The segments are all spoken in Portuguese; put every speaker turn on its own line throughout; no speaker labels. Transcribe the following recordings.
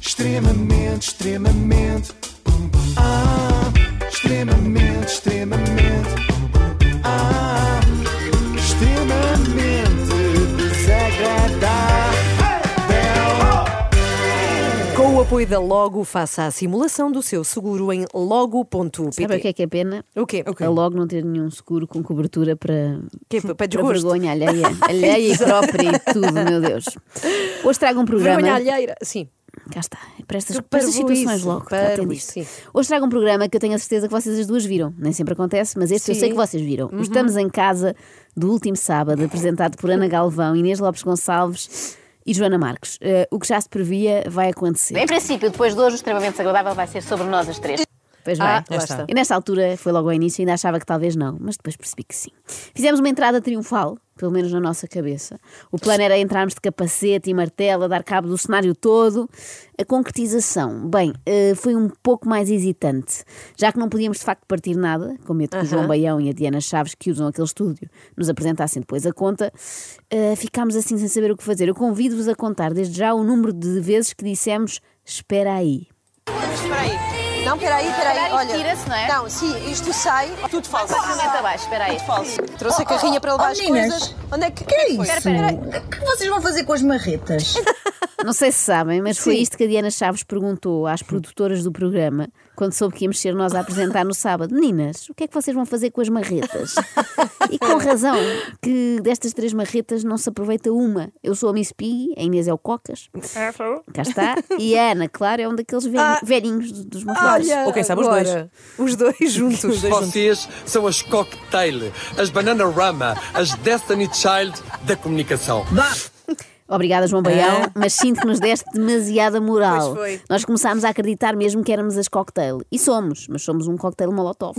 extremamente, extremamente. Ah, extremamente, extremamente. Ah, extremamente desagradável.
Com o apoio da Logo, faça a simulação do seu seguro em logo.pt.
Sabe o que é que é pena?
O quê? O
A logo não ter nenhum seguro com cobertura para,
Que é para- para
para
desgosto.
vergonha alheia.
É
Alheia e própria e tudo, meu Deus. Hoje trago um programa.
Vergonha alheira. Sim.
Cá está. É Para estas,
Que
para estas
parvoíce,
situações logo.
parvoíce,
tratem disto.
sim.
Hoje trago um programa que eu tenho a certeza que vocês as duas viram. Nem sempre acontece, mas este eu
Sim. Uhum.
sei que vocês viram. O Estamos em Casa do último sábado, apresentado por Ana Galvão, Inês Lopes Gonçalves e Joana Marques. Eh, o que já se previa vai acontecer.
Em princípio, depois de hoje, o extremamente desagradável vai ser sobre nós as três.
Pois
Ah,
vai.
lá está.
E nesta altura, foi logo ao início, ainda achava que talvez não, mas depois percebi que sim. Fizemos uma entrada triunfal, pelo menos na nossa cabeça. O plano era entrarmos de capacete e martelo, a dar cabo do cenário todo. A concretização, bem, eh, foi um pouco mais hesitante, já que não podíamos de facto partir nada, com medo que o João Baião e a Diana Chaves, que usam aquele estúdio, nos apresentassem depois a conta, eh, ficámos assim sem saber o que fazer. Eu convido-vos a contar desde já o número de vezes que dissemos espera aí.
Espera aí. Não, espera aí, espera aí.
Espera aí,
Olha,
tira-se, não é?
Não, sim, isto sai. Tudo falso.
Facilmente abaixo, espera aí.
Tudo falso. Trouxe a carrinha para levar as coisas. Onde é que, que é isso?
O que vocês vão fazer com as marretas?
Então,
Não sei se sabem, mas foi isto que a Diana Chaves perguntou às produtoras do programa quando soube que íamos ser nós a apresentar no sábado. Meninas, o que é que vocês vão fazer com as marretas? E com razão, que destas três marretas não se aproveita uma. Eu sou a Miss Piggy, a Inês é o Cocas. Cá está. E a Ana, claro, é um daqueles velhi- velhinhos dos marretas.
Olha,
Ou quem sabe os dois.
agora. Os dois juntos.
Vocês são as cocktail, as banana rama, as Destiny Child da comunicação.
Obrigada, João Baião, mas sinto que nos deste demasiada moral.
É? Pois foi.
Nós começámos a acreditar mesmo que éramos as cocktail. E somos, mas somos um cocktail molotov.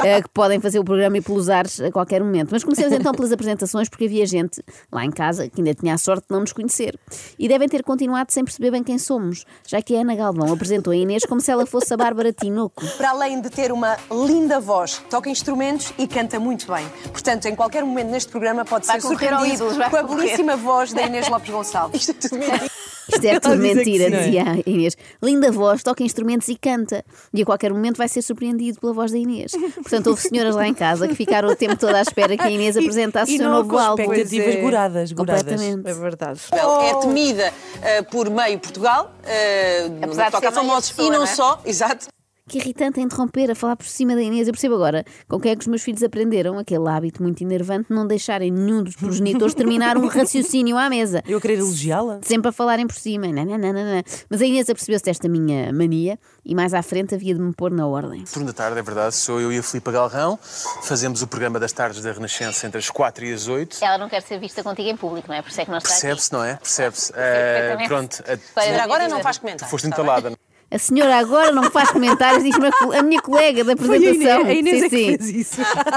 eh, que podem fazer o programa e pelos ares a qualquer momento. Mas comecemos então pelas apresentações, porque havia gente lá em casa que ainda tinha a sorte de não nos conhecer. E devem ter continuado sem perceber bem quem somos, já que a Ana Galvão apresentou a Inês como se ela fosse a Bárbara Tinoco.
Para além de ter uma linda voz, toca instrumentos e canta muito bem. Portanto, em qualquer momento neste programa pode
Vai
ser
concorrer ao
surpreendido
Ídolos, vai
com a
concorrer.
belíssima voz da Inês Lopes Gonçalves. Isto é tudo mentira.
Isto é tudo
Ela diz é que
mentira,
sim, não é?
dizia a Inês. Linda voz, toca instrumentos e canta. E a qualquer momento vai ser surpreendido pela voz da Inês. Portanto, houve senhoras lá em casa que ficaram o tempo todo à espera que a Inês
E-
apresentasse
e
o seu
não
novo álbum.
corresponde.
Expectativas
Pois é.
goradas, goradas.
É
Completamente.
verdade.
É temida eh, por meio Portugal, eh, no
Apesar de
que toca
ser
a famosos
meia
e não
é?
pessoa,
só, exato.
Que irritante a interromper, a falar por cima da Inês. Eu percebo agora com quem é que os meus filhos aprenderam aquele hábito muito enervante de não deixarem nenhum dos progenitores terminar um raciocínio à mesa.
Eu a querer elogiá-la?
sempre a falarem por cima. nananana. Mas a Inês apercebeu-se desta minha mania e mais à frente havia de me pôr na ordem.
Turno da tarde, é verdade, sou eu e a Filipa Galrão. Fazemos o programa das tardes da Renascença entre as 4 e as
É
8.
Ela não quer ser vista contigo em público, não é? Por isso é que não está aqui.
Percebe-se, não é? Percebe-se.
perfeitamente.
Ah, pronto, ah,
Olha,
Mas agora não
diz-
vais comentar.
foste
está tá bem?
entalada. é?
A senhora agora não me faz comentários, diz-me a, co- a minha colega da
Foi a Inês,
apresentação.
a Inês
sim,
é que
sim.
fez isso.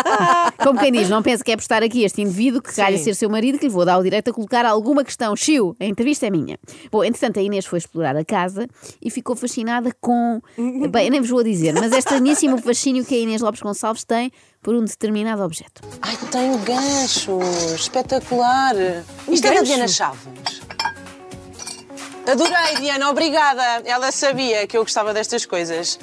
Como quem diz, não penso que é prestar aqui este indivíduo que calha ser seu marido, que lhe vou dar o direito a colocar alguma questão. Chiu, a entrevista é minha. Bom, entretanto, a Inês foi explorar a casa e ficou fascinada com. Bem, eu nem vos vou dizer, mas este eníssimo fascínio que a Inês Lopes Gonçalves tem por um determinado objeto.
Ai, tenho gancho! Espetacular! Isto é da
gancho?
Diana Chaves. Adorei, Diana, obrigada. Ela sabia que eu gostava destas coisas.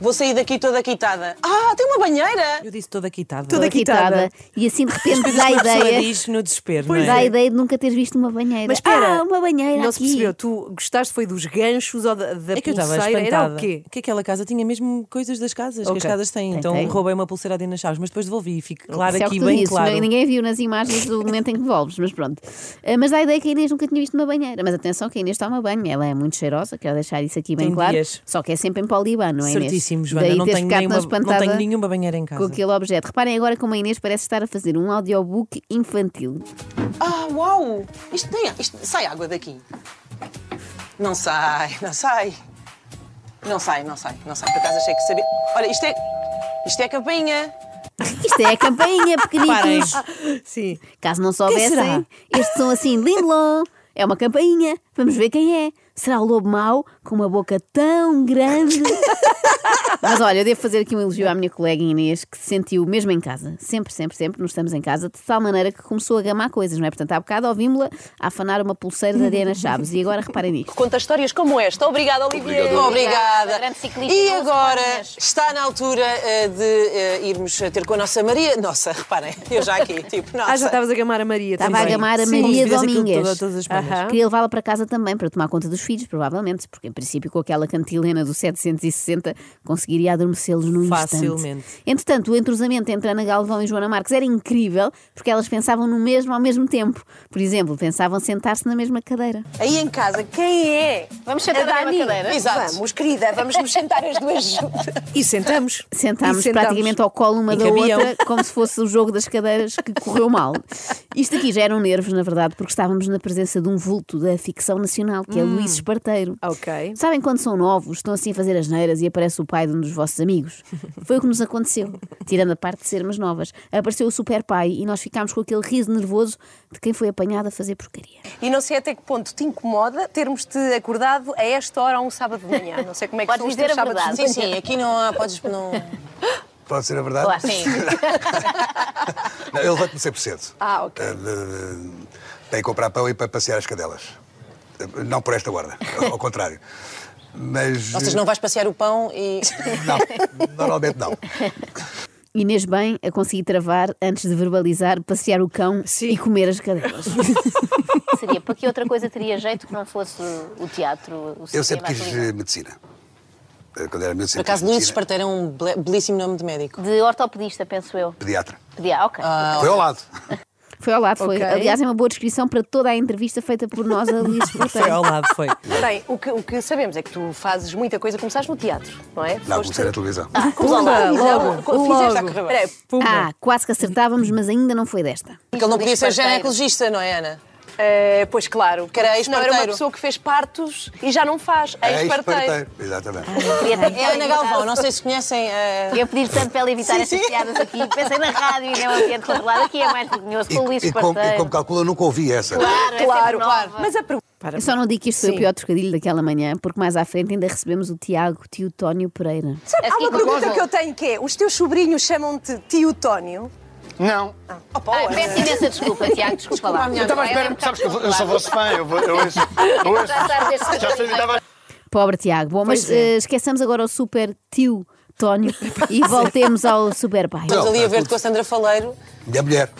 Vou sair daqui toda quitada. Ah, tem uma banheira!
Eu disse toda quitada.
Toda
Irritada. E assim de repente dá a
A pessoa
ideia.
diz no desespero, não
Dá a
é?
ideia de nunca ter visto uma banheira.
Mas espera,
ah, uma banheira
não
aqui.
se percebeu. Tu gostaste foi dos ganchos ou da, da
É que eu estava
pulseira? Era
espantada.
o quê?
Que aquela casa tinha mesmo coisas das casas,
Ok.
que as casas têm.
Tem,
Então
tem.
roubei uma pulseira à Dina Chaves, mas depois devolvi. Fico claro
Isso é o
aqui,
que tu
bem
dizes,
claro.
não- ninguém viu nas imagens do momento em que devolves, mas pronto. Eh, Mas dá a ideia que a Inês nunca tinha visto uma banheira. Mas atenção que a Inês toma banho, ela é muito cheirosa, quero deixar isso aqui bem
Tem
claro.
dias.
Só que é sempre em Poliban, não é Inês?
Certíssimo, Joana.
Daí
não,
teres
tenho
ficado
nenhuma,
tão
não tenho
espantada
nenhuma banheira em
Com
casa.
aquele objeto. Reparem agora como a Inês parece estar a fazer um audiobook infantil.
Ah, uau! Isto tem. Isto, sai água daqui. Não sai, não sai. Não sai, não sai, não sai. Por acaso achei que sabia. Olha, isto é. Isto é a campainha.
Isto é a campainha, pequenitos.
Sim.
Ah,
Caso não
será?
soubessem, este som assim, Lindelon, é uma campainha. Vamos ver quem é. Será o lobo mau com uma boca tão grande? Mas olha, eu devo fazer aqui um elogio à minha colega Inês, que se sentiu mesmo em casa, sempre, sempre, sempre, nós estamos em casa, de tal maneira que começou a gamar coisas, não é? Portanto, há bocado ouvimos-la a afanar uma pulseira da Diana Chaves e agora reparem nisto.
Conta histórias como esta. Obrigada, Olivier.
Obrigado.
Obrigada.
Obrigada.
Grande ciclista,
E
não se
agora
conhece.
está na altura eh, de eh, irmos ter com a nossa Maria. Nossa, reparem, eu já aqui, tipo, nossa.
Ah, já estavas a gamar a Maria
Estava
também.
a gamar a
Sim.
Como
Maria
se fizesse aquilo
Domingues.
toda- todas as manhãs.
Aham.
Queria levá-la para casa também, para tomar conta dos filhos, provavelmente, porque em princípio com aquela cantilena do 760 conseguiria adormecê-los num
Facilmente.
instante. Entretanto, o entrosamento entre Ana Galvão e Joana Marques era incrível, porque elas pensavam no mesmo ao mesmo tempo. Por exemplo, pensavam sentar-se na mesma cadeira.
Aí em casa, quem é?
Vamos sentar na mesma cadeira.
Exato.
Vamos, querida, vamos nos sentar as duas juntas.
E sentamos.
Sentámos
E sentamos.
praticamente ao colo uma
Em
da
caminhão.
outra, como se fosse o jogo das cadeiras que correu mal. Isto aqui já eram nervos, na verdade, porque estávamos na presença de um vulto da ficção nacional, que é Luís Esparteiro.
Hum. Ok.
Sabem quando são novos, estão assim a fazer as neiras e aparece o pai de um dos vossos amigos? Foi o que nos aconteceu, tirando a parte de sermos novas. Apareceu o super pai e nós ficámos com aquele riso nervoso de quem foi apanhado a fazer porcaria.
E não sei até que ponto te incomoda termos-te acordado a esta hora, a um sábado de manhã. Não sei como é que
Podes
são os
dizer
teus
a
sábados.
verdade.
Sim, sim, aqui não há, podes. Não...
Pode ser a verdade?
Olá, sim.
Não, eu levanto-me sempre cedo.
Ah, ok.
Eh, de- de- Para ir comprar pão e para passear as cadelas. Eh, Não por esta ordem, ao contrário. Mas.
Vocês não vais passear o pão e.
Não, normalmente não.
Inês bem a conseguir travar, antes de verbalizar, passear o cão
Sim.
e comer as cadelas.
Seria, para que outra coisa teria jeito que não fosse o teatro, o cinema?
Eu sempre
a
quis
televisão?
eh, medicina. Eh, Quando era miúdo,
Por
sempre
acaso,
quis
Luís
medicina.
Esparteiro é um bele- belíssimo nome de médico.
De ortopedista, penso eu.
Pediatra.
Podia, ok.
Foi ao lado.
Foi ao lado, foi.
Ok.
Aliás, é uma boa descrição para toda a entrevista feita por nós a Luís
Foi
Esparteiro.
ao lado, foi.
Bem, o que, o que sabemos é que tu fazes muita coisa. Começaste no teatro, não é?
Não, comecei na televisão.
Ah,
Pumba,
um
logo,
Fizeste
logo.
correr bem.
Pumba.
Ah, quase que acertávamos, mas ainda não foi desta.
Porque ele não podia ser
Esparteiro.
ginecologista, não é, Ana?
Eh, pois claro,
Que era
senão era uma
ex-parteiro.
pessoa que fez partos e já não faz.
É
Ex-parteiro.
esparteiro. Exatamente.
Queria tanto
É a Ana
evitar-
Galvão, não sei se conhecem. eh,
Eu pedi tanto para ela evitar estas piadas aqui. Pensei na rádio e não ambiente controlado. Aqui é mais vergonhoso com o Luís
E, e, como, e
Esparteiro.
como calcula, eu nunca ouvi essa.
Claro, é
Claro,
sempre
claro.
nova.
Mas a pergunta.
Eu só não digo que isto foi o
Sim.
pior trocadilho daquela manhã, porque mais à frente ainda recebemos o Tiago, tio Tónio Pereira.
Sabe,
Assim
há uma
como
pergunta
eu.
que eu tenho que é: os teus sobrinhos chamam-te tio Tónio?
Não.
Ai, peço imensa desculpa, Tiago, desculpa lá. um
Eu estava à espera. Sabes que eu, vou- eu sou vosso fã. Eu, vou, eu, ouço- eu, ouço-
Já sabes este
já sei, eu estava
Pobre Tiago. Bom, mas
é.
eh, esqueçamos agora o super tio Tónio e voltemos ao super pai.
Estamos ali a
Então.
está
ver-te
tudo.
com a Sandra Faleiro.
Minha mulher.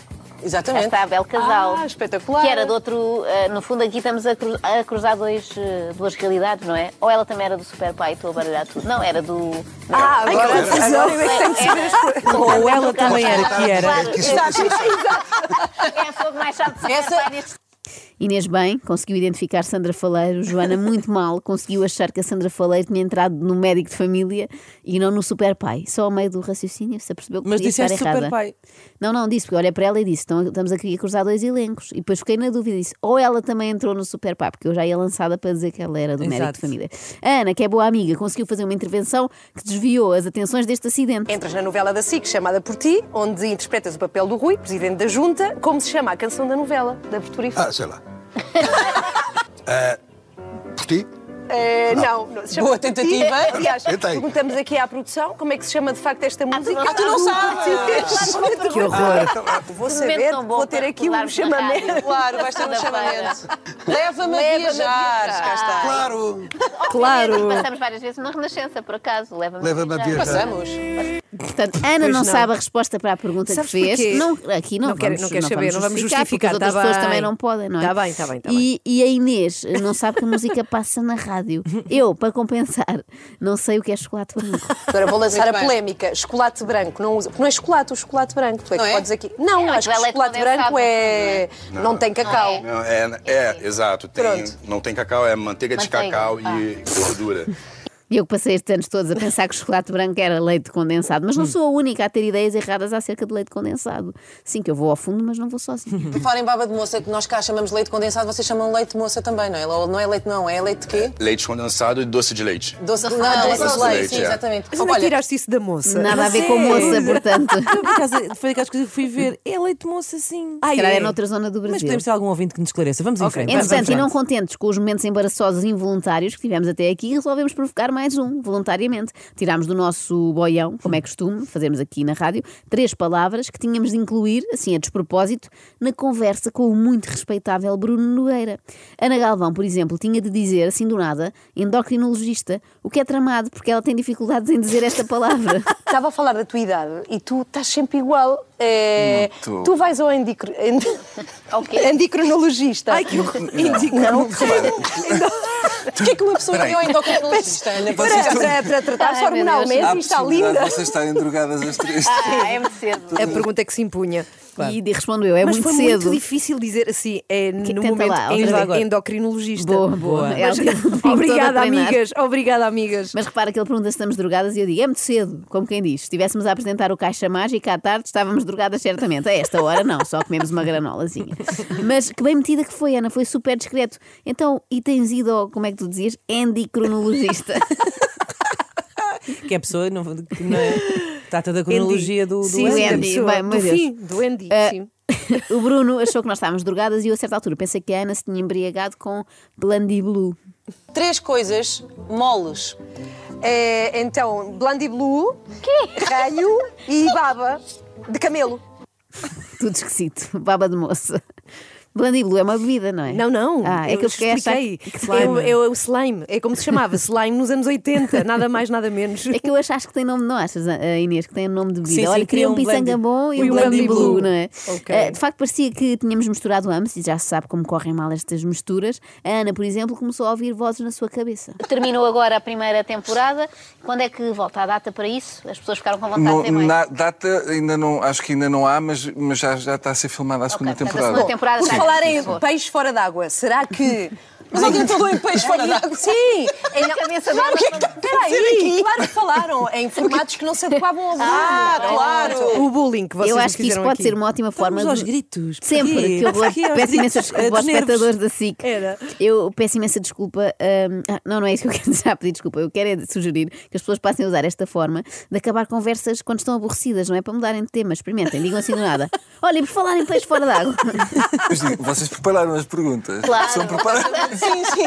Exatamente.
É
Está a belo casal.
Ah, espetacular.
Que era de outro. eh, no fundo, aqui estamos a, cru- a cruzar dois, eh, duas realidades, não é? Ou ela também era do Super Pai, estou a baralhar tudo. Não, era do.
Ah, agora, agora eu é que tenho que saber as coisas.
Ou ela também era, que era.
Claro,
Que isso-
É a pessoa que mais sabe de Super
Essa-
Pai neste
Inês bem, conseguiu identificar Sandra Faleiro, Joana muito mal, conseguiu achar que a Sandra Faleiro tinha entrado no médico de família e não no super pai. Só ao meio do raciocínio se apercebeu que
Mas
podia estar
disseste
errada.
superpai.
Não, não, disse, porque eu olhei para ela e disse: "Estão- estamos aqui a cruzar dois elencos. E depois fiquei na dúvida e disse: ou ela também entrou no Super Pá, porque eu já ia lançada para dizer que ela era do médico
Exato.
de família. A Ana, que é boa amiga, conseguiu fazer uma intervenção que desviou as atenções deste acidente.
Entras na novela da SIC, chamada por ti, onde interpretas o papel do Rui, presidente da Junta, como se chama a canção da novela, da abertura e fim.
Ah, sei lá. Ah, por ti?
Eh, não, não, se chama
Boa
por ti. Eh,
tentativa.
Aliás,
Eu tenho.
perguntamos aqui à produção como é que se chama de facto esta música.
Ah, tu não
sabes!
Que horror.
Vou
momento
saber,
tão bom
vou ter
para
aqui um
recordarmos na rádio.
chamamento.
Claro, vais ter um
Segunda-feira.
chamamento. Leva-me a
Leva-me a
viajar.
viajar.
Cá está.
Claro!
Claro.
Nós É, Passamos várias vezes na Renascença, por acaso. Leva-me
Leva-me a viajar.
Passamos.
Portanto, Ana
Pois
não,
não.
sabe a resposta para a pergunta
Sabes
que fez.
porquê?
Não, aqui não,
Não quero-
vamos,
não quero saber, não vamos
porque
justificar,
as outras
tá
pessoas
bem.
também não podem, não é?
Tá bem, tá bem, tá
e, e a Inês eh, não sabe que a música passa na rádio. Eu, para compensar, não sei o que é chocolate branco.
Agora vou lançar
Muito
a
bem.
polémica. Chocolate branco não usa. Porque não é chocolate, o chocolate branco. Tu é que
Não é?
podes aqui. Não,
Não,
acho que
aquilo é
chocolate branco
condensado,
é. Não, tem cacau.
é.
Não, é, é, exato. Tem,
Pronto.
não tem cacau, é manteiga,
Manteiga.
de cacau
tá.
e gordura.
E eu que passei estes anos todos a pensar que o chocolate branco era leite condensado,
Hum.
mas não sou a única a ter ideias erradas acerca de leite condensado. Sim, que eu vou ao fundo, mas não vou sozinha.
Por falar em baba de moça, que nós cá chamamos leite condensado, vocês chamam leite de moça também, não é? Ou Não é leite, não, é leite de quê?
Leite condensado e doce de leite.
Doce de leite. Não,
leite.
doce de leite, sim,
é.
exatamente.
Mas onde é que tiraste isso da moça?
Nada a ver
Mas
com
é.
moça, portanto.
Eu, por acaso, foi aquelas coisas que fui ver. É leite moça, sim.
Se
Ai,
calhar é noutra zona do
Mas
Brasil.
podemos ter algum ouvinte que nos
É
esclareça. Vamos em frente.
Entretanto,
vamos em
e não
frente.
contentes com os momentos embaraçosos e involuntários que tivemos até aqui, resolvemos provocar mais mais um, voluntariamente. Tirámos do nosso boião, como é costume, fazemos aqui na rádio, três palavras que tínhamos de incluir, assim a despropósito, na conversa com o muito respeitável Bruno Nogueira. Ana Galvão, por exemplo, tinha de dizer, assim do nada, endocrinologista, o que é tramado, porque ela tem dificuldades em dizer esta palavra.
Estava a falar da tua idade e tu estás sempre igual. É,
Não, tu-
Tu vais ao endicro... end- endocrinologista. Ai, que horror. Não,
Porquê que uma pessoa
Peraí.
vai ao endocrinologista? Ana? Vocês já-
Para, para tratar-se
Ai, meu Deus.
hormonalmente
Há
e está
possibilidade
linda.
de vocês estarem drogadas as três.
é muito cedo.
A pergunta que se impunha.
E de- respondo eu, é
Mas
muito
foi
cedo.
muito difícil dizer assim, é no
tenta
momento
lá, outra
endo-
vez.
endocrinologista.
Boa, boa. É
Mas-
algo que eu tenho toda
obrigada,
a treinar.
amigas. Obrigada, amigas.
Mas repara que ele pergunta se estamos drogadas e eu digo, é muito cedo, como quem diz. Se estivéssemos a apresentar o Caixa Mágica à tarde, estávamos drogadas certamente. A esta hora não, só comemos uma granolazinha. Mas que bem metida que foi, Ana, foi super discreto. Então, e tens ido, ao, como é que tu dizias, endocrinologista.
Que é a pessoa não, que não é- trata da cronologia do, do
Sim,
ano
o
da
Andy,
pessoa.
bem, meu Deus. Ah.
do Andy, sim.
O Bruno achou que nós estávamos drogadas e eu, a certa altura, pensei que a Ana se tinha embriagado com Blandi Blue.
Três coisas moles.
É, então, Blandi Blue, ranho e baba de camelo.
Tudo esquisito, baba de moça. Blandi Blue é uma bebida, não é?
Não, não.
Ah, é
eu
que eu
te
fiquei a achar
expliquei.
que slime.
Eu, eu- o slime. É como se chamava. slime nos anos 80. Nada mais, nada menos.
É que eu acho, acho que tem nome, não achas, ah, Inês, que tem nome de bebida?
Sim, sim,
Olha, queria
queria
um
um blend-
pisanga bom e
e
um
um
brandy
blend
blue,
blue,
não é?
Ok.
Ah, de facto, parecia que tínhamos misturado ambos e já se sabe como correm mal estas misturas. A Ana, por exemplo, começou a ouvir vozes na sua cabeça.
Terminou agora a primeira temporada. Quando é que volta a data para isso? As pessoas ficaram com vontade
No-
de ter mais.
na data ainda não, acho que ainda não há, mas, mas já, já está a ser filmada a segunda
portanto, a
temporada.
segunda temporada
Por
Sim.
falar em
Por favor.
peixe fora d'água, será que.
Mas alguém falou em peixe fora d'água?
Sim! Em...
cabeça
claro
dela
que
só-
é tá
Peraí, claro que falaram é, em formatos que não se adequavam ao
Ah,
mundo.
O bullying que vocês
eu
me
acho que isso
fizeram
pode
aqui.
ser uma ótima forma.
aos
de-
gritos.
Sempre,
Porquê?
que horror.
Porquê aos
Peço imensa
gritos?
desculpa aos
De é nervos.
espectadores da SIC.
Era.
Eu peço imensa desculpa. hum, ah, não, não é isso que eu quero dizer a pedir desculpa. Eu quero é sugerir que as pessoas passem a usar esta forma de acabar conversas quando estão aborrecidas, não é para mudarem de tema. Experimentem, digam assim do nada. Olha, e por falar em peixe fora d'água.
Mas digo, vocês prepararam as perguntas?
Claro.
São preparadas?
Sim, sim.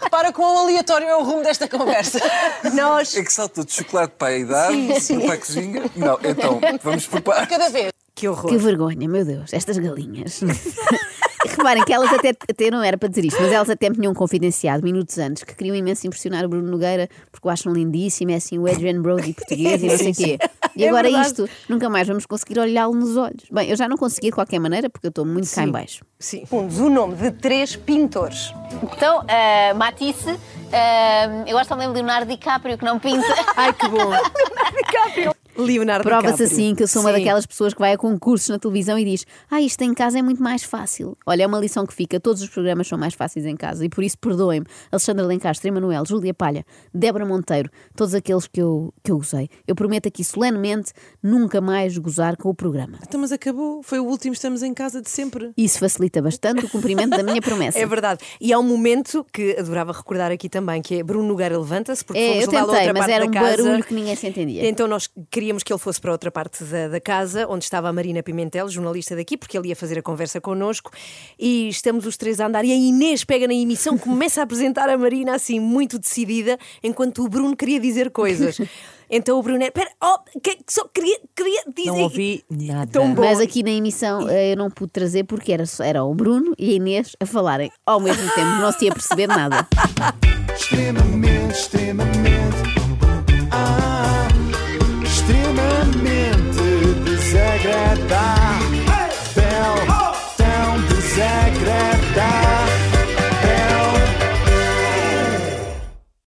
Repara quão aleatório é o rumo desta conversa.
Nós.
É que saltou de chocolate para a idade,
Sim, sim.
para a cozinha. Não, então, vamos preparar.
Cada vez.
Que horror.
Que vergonha, meu Deus, estas galinhas. Reparem que elas até, até não era para dizer isto, mas elas até me tinham confidenciado minutos antes que queriam imenso impressionar o Bruno Nogueira porque o acham lindíssimo, é assim o Adrian Brody português e não sei o quê. E
É
agora
verdade.
isto, nunca mais vamos conseguir olhá-lo nos olhos. Bem, eu já não consegui de qualquer maneira porque eu estou muito cá em baixo.
Sim.
Pundos o nome de três pintores.
Então, ah, Matisse, ah, eu acho também de Leonardo DiCaprio, que não pinta.
Ai, que bom. Leonardo
Prova-se
DiCaprio.
assim que eu sou uma
Sim.
daquelas pessoas que vai a concursos na televisão e diz: Ah, isto em casa é muito mais fácil. Olha, é uma lição que fica, todos os programas são mais fáceis em casa e por isso perdoem-me. Alexandra Lencastre, Emanuel, Júlia Palha, Débora Monteiro, todos aqueles que eu, que eu gozei. Eu prometo aqui solenemente nunca mais gozar com o programa.
Então, mas acabou. Foi o último, estamos em casa de sempre.
Isso facilita bastante o cumprimento da minha promessa.
É verdade. E há um momento que adorava recordar aqui também, que é Bruno Nogueira levanta-se, porque
É,
fomos
eu
levá-lo a
tentei,
outra
mas
parte
era um
da casa.
barulho que ninguém se entendia.
Então nós queríamos que ele fosse para outra parte da, da casa, onde estava a Marina Pimentel, jornalista daqui, porque ele ia fazer a conversa connosco. E estamos os três a andar. E a Inês pega na emissão, começa a apresentar a Marina assim, muito decidida, enquanto o Bruno queria dizer coisas. Então o Bruno é, pera, oh, que- só queria, queria dizer.
Não ouvi nada.
Mas aqui na emissão eh, eu não pude trazer porque era, só- era o Bruno e a Inês a falarem ao mesmo tempo, não se ia perceber nada.
Extremamente, extremamente. Ah, extremamente desagradável.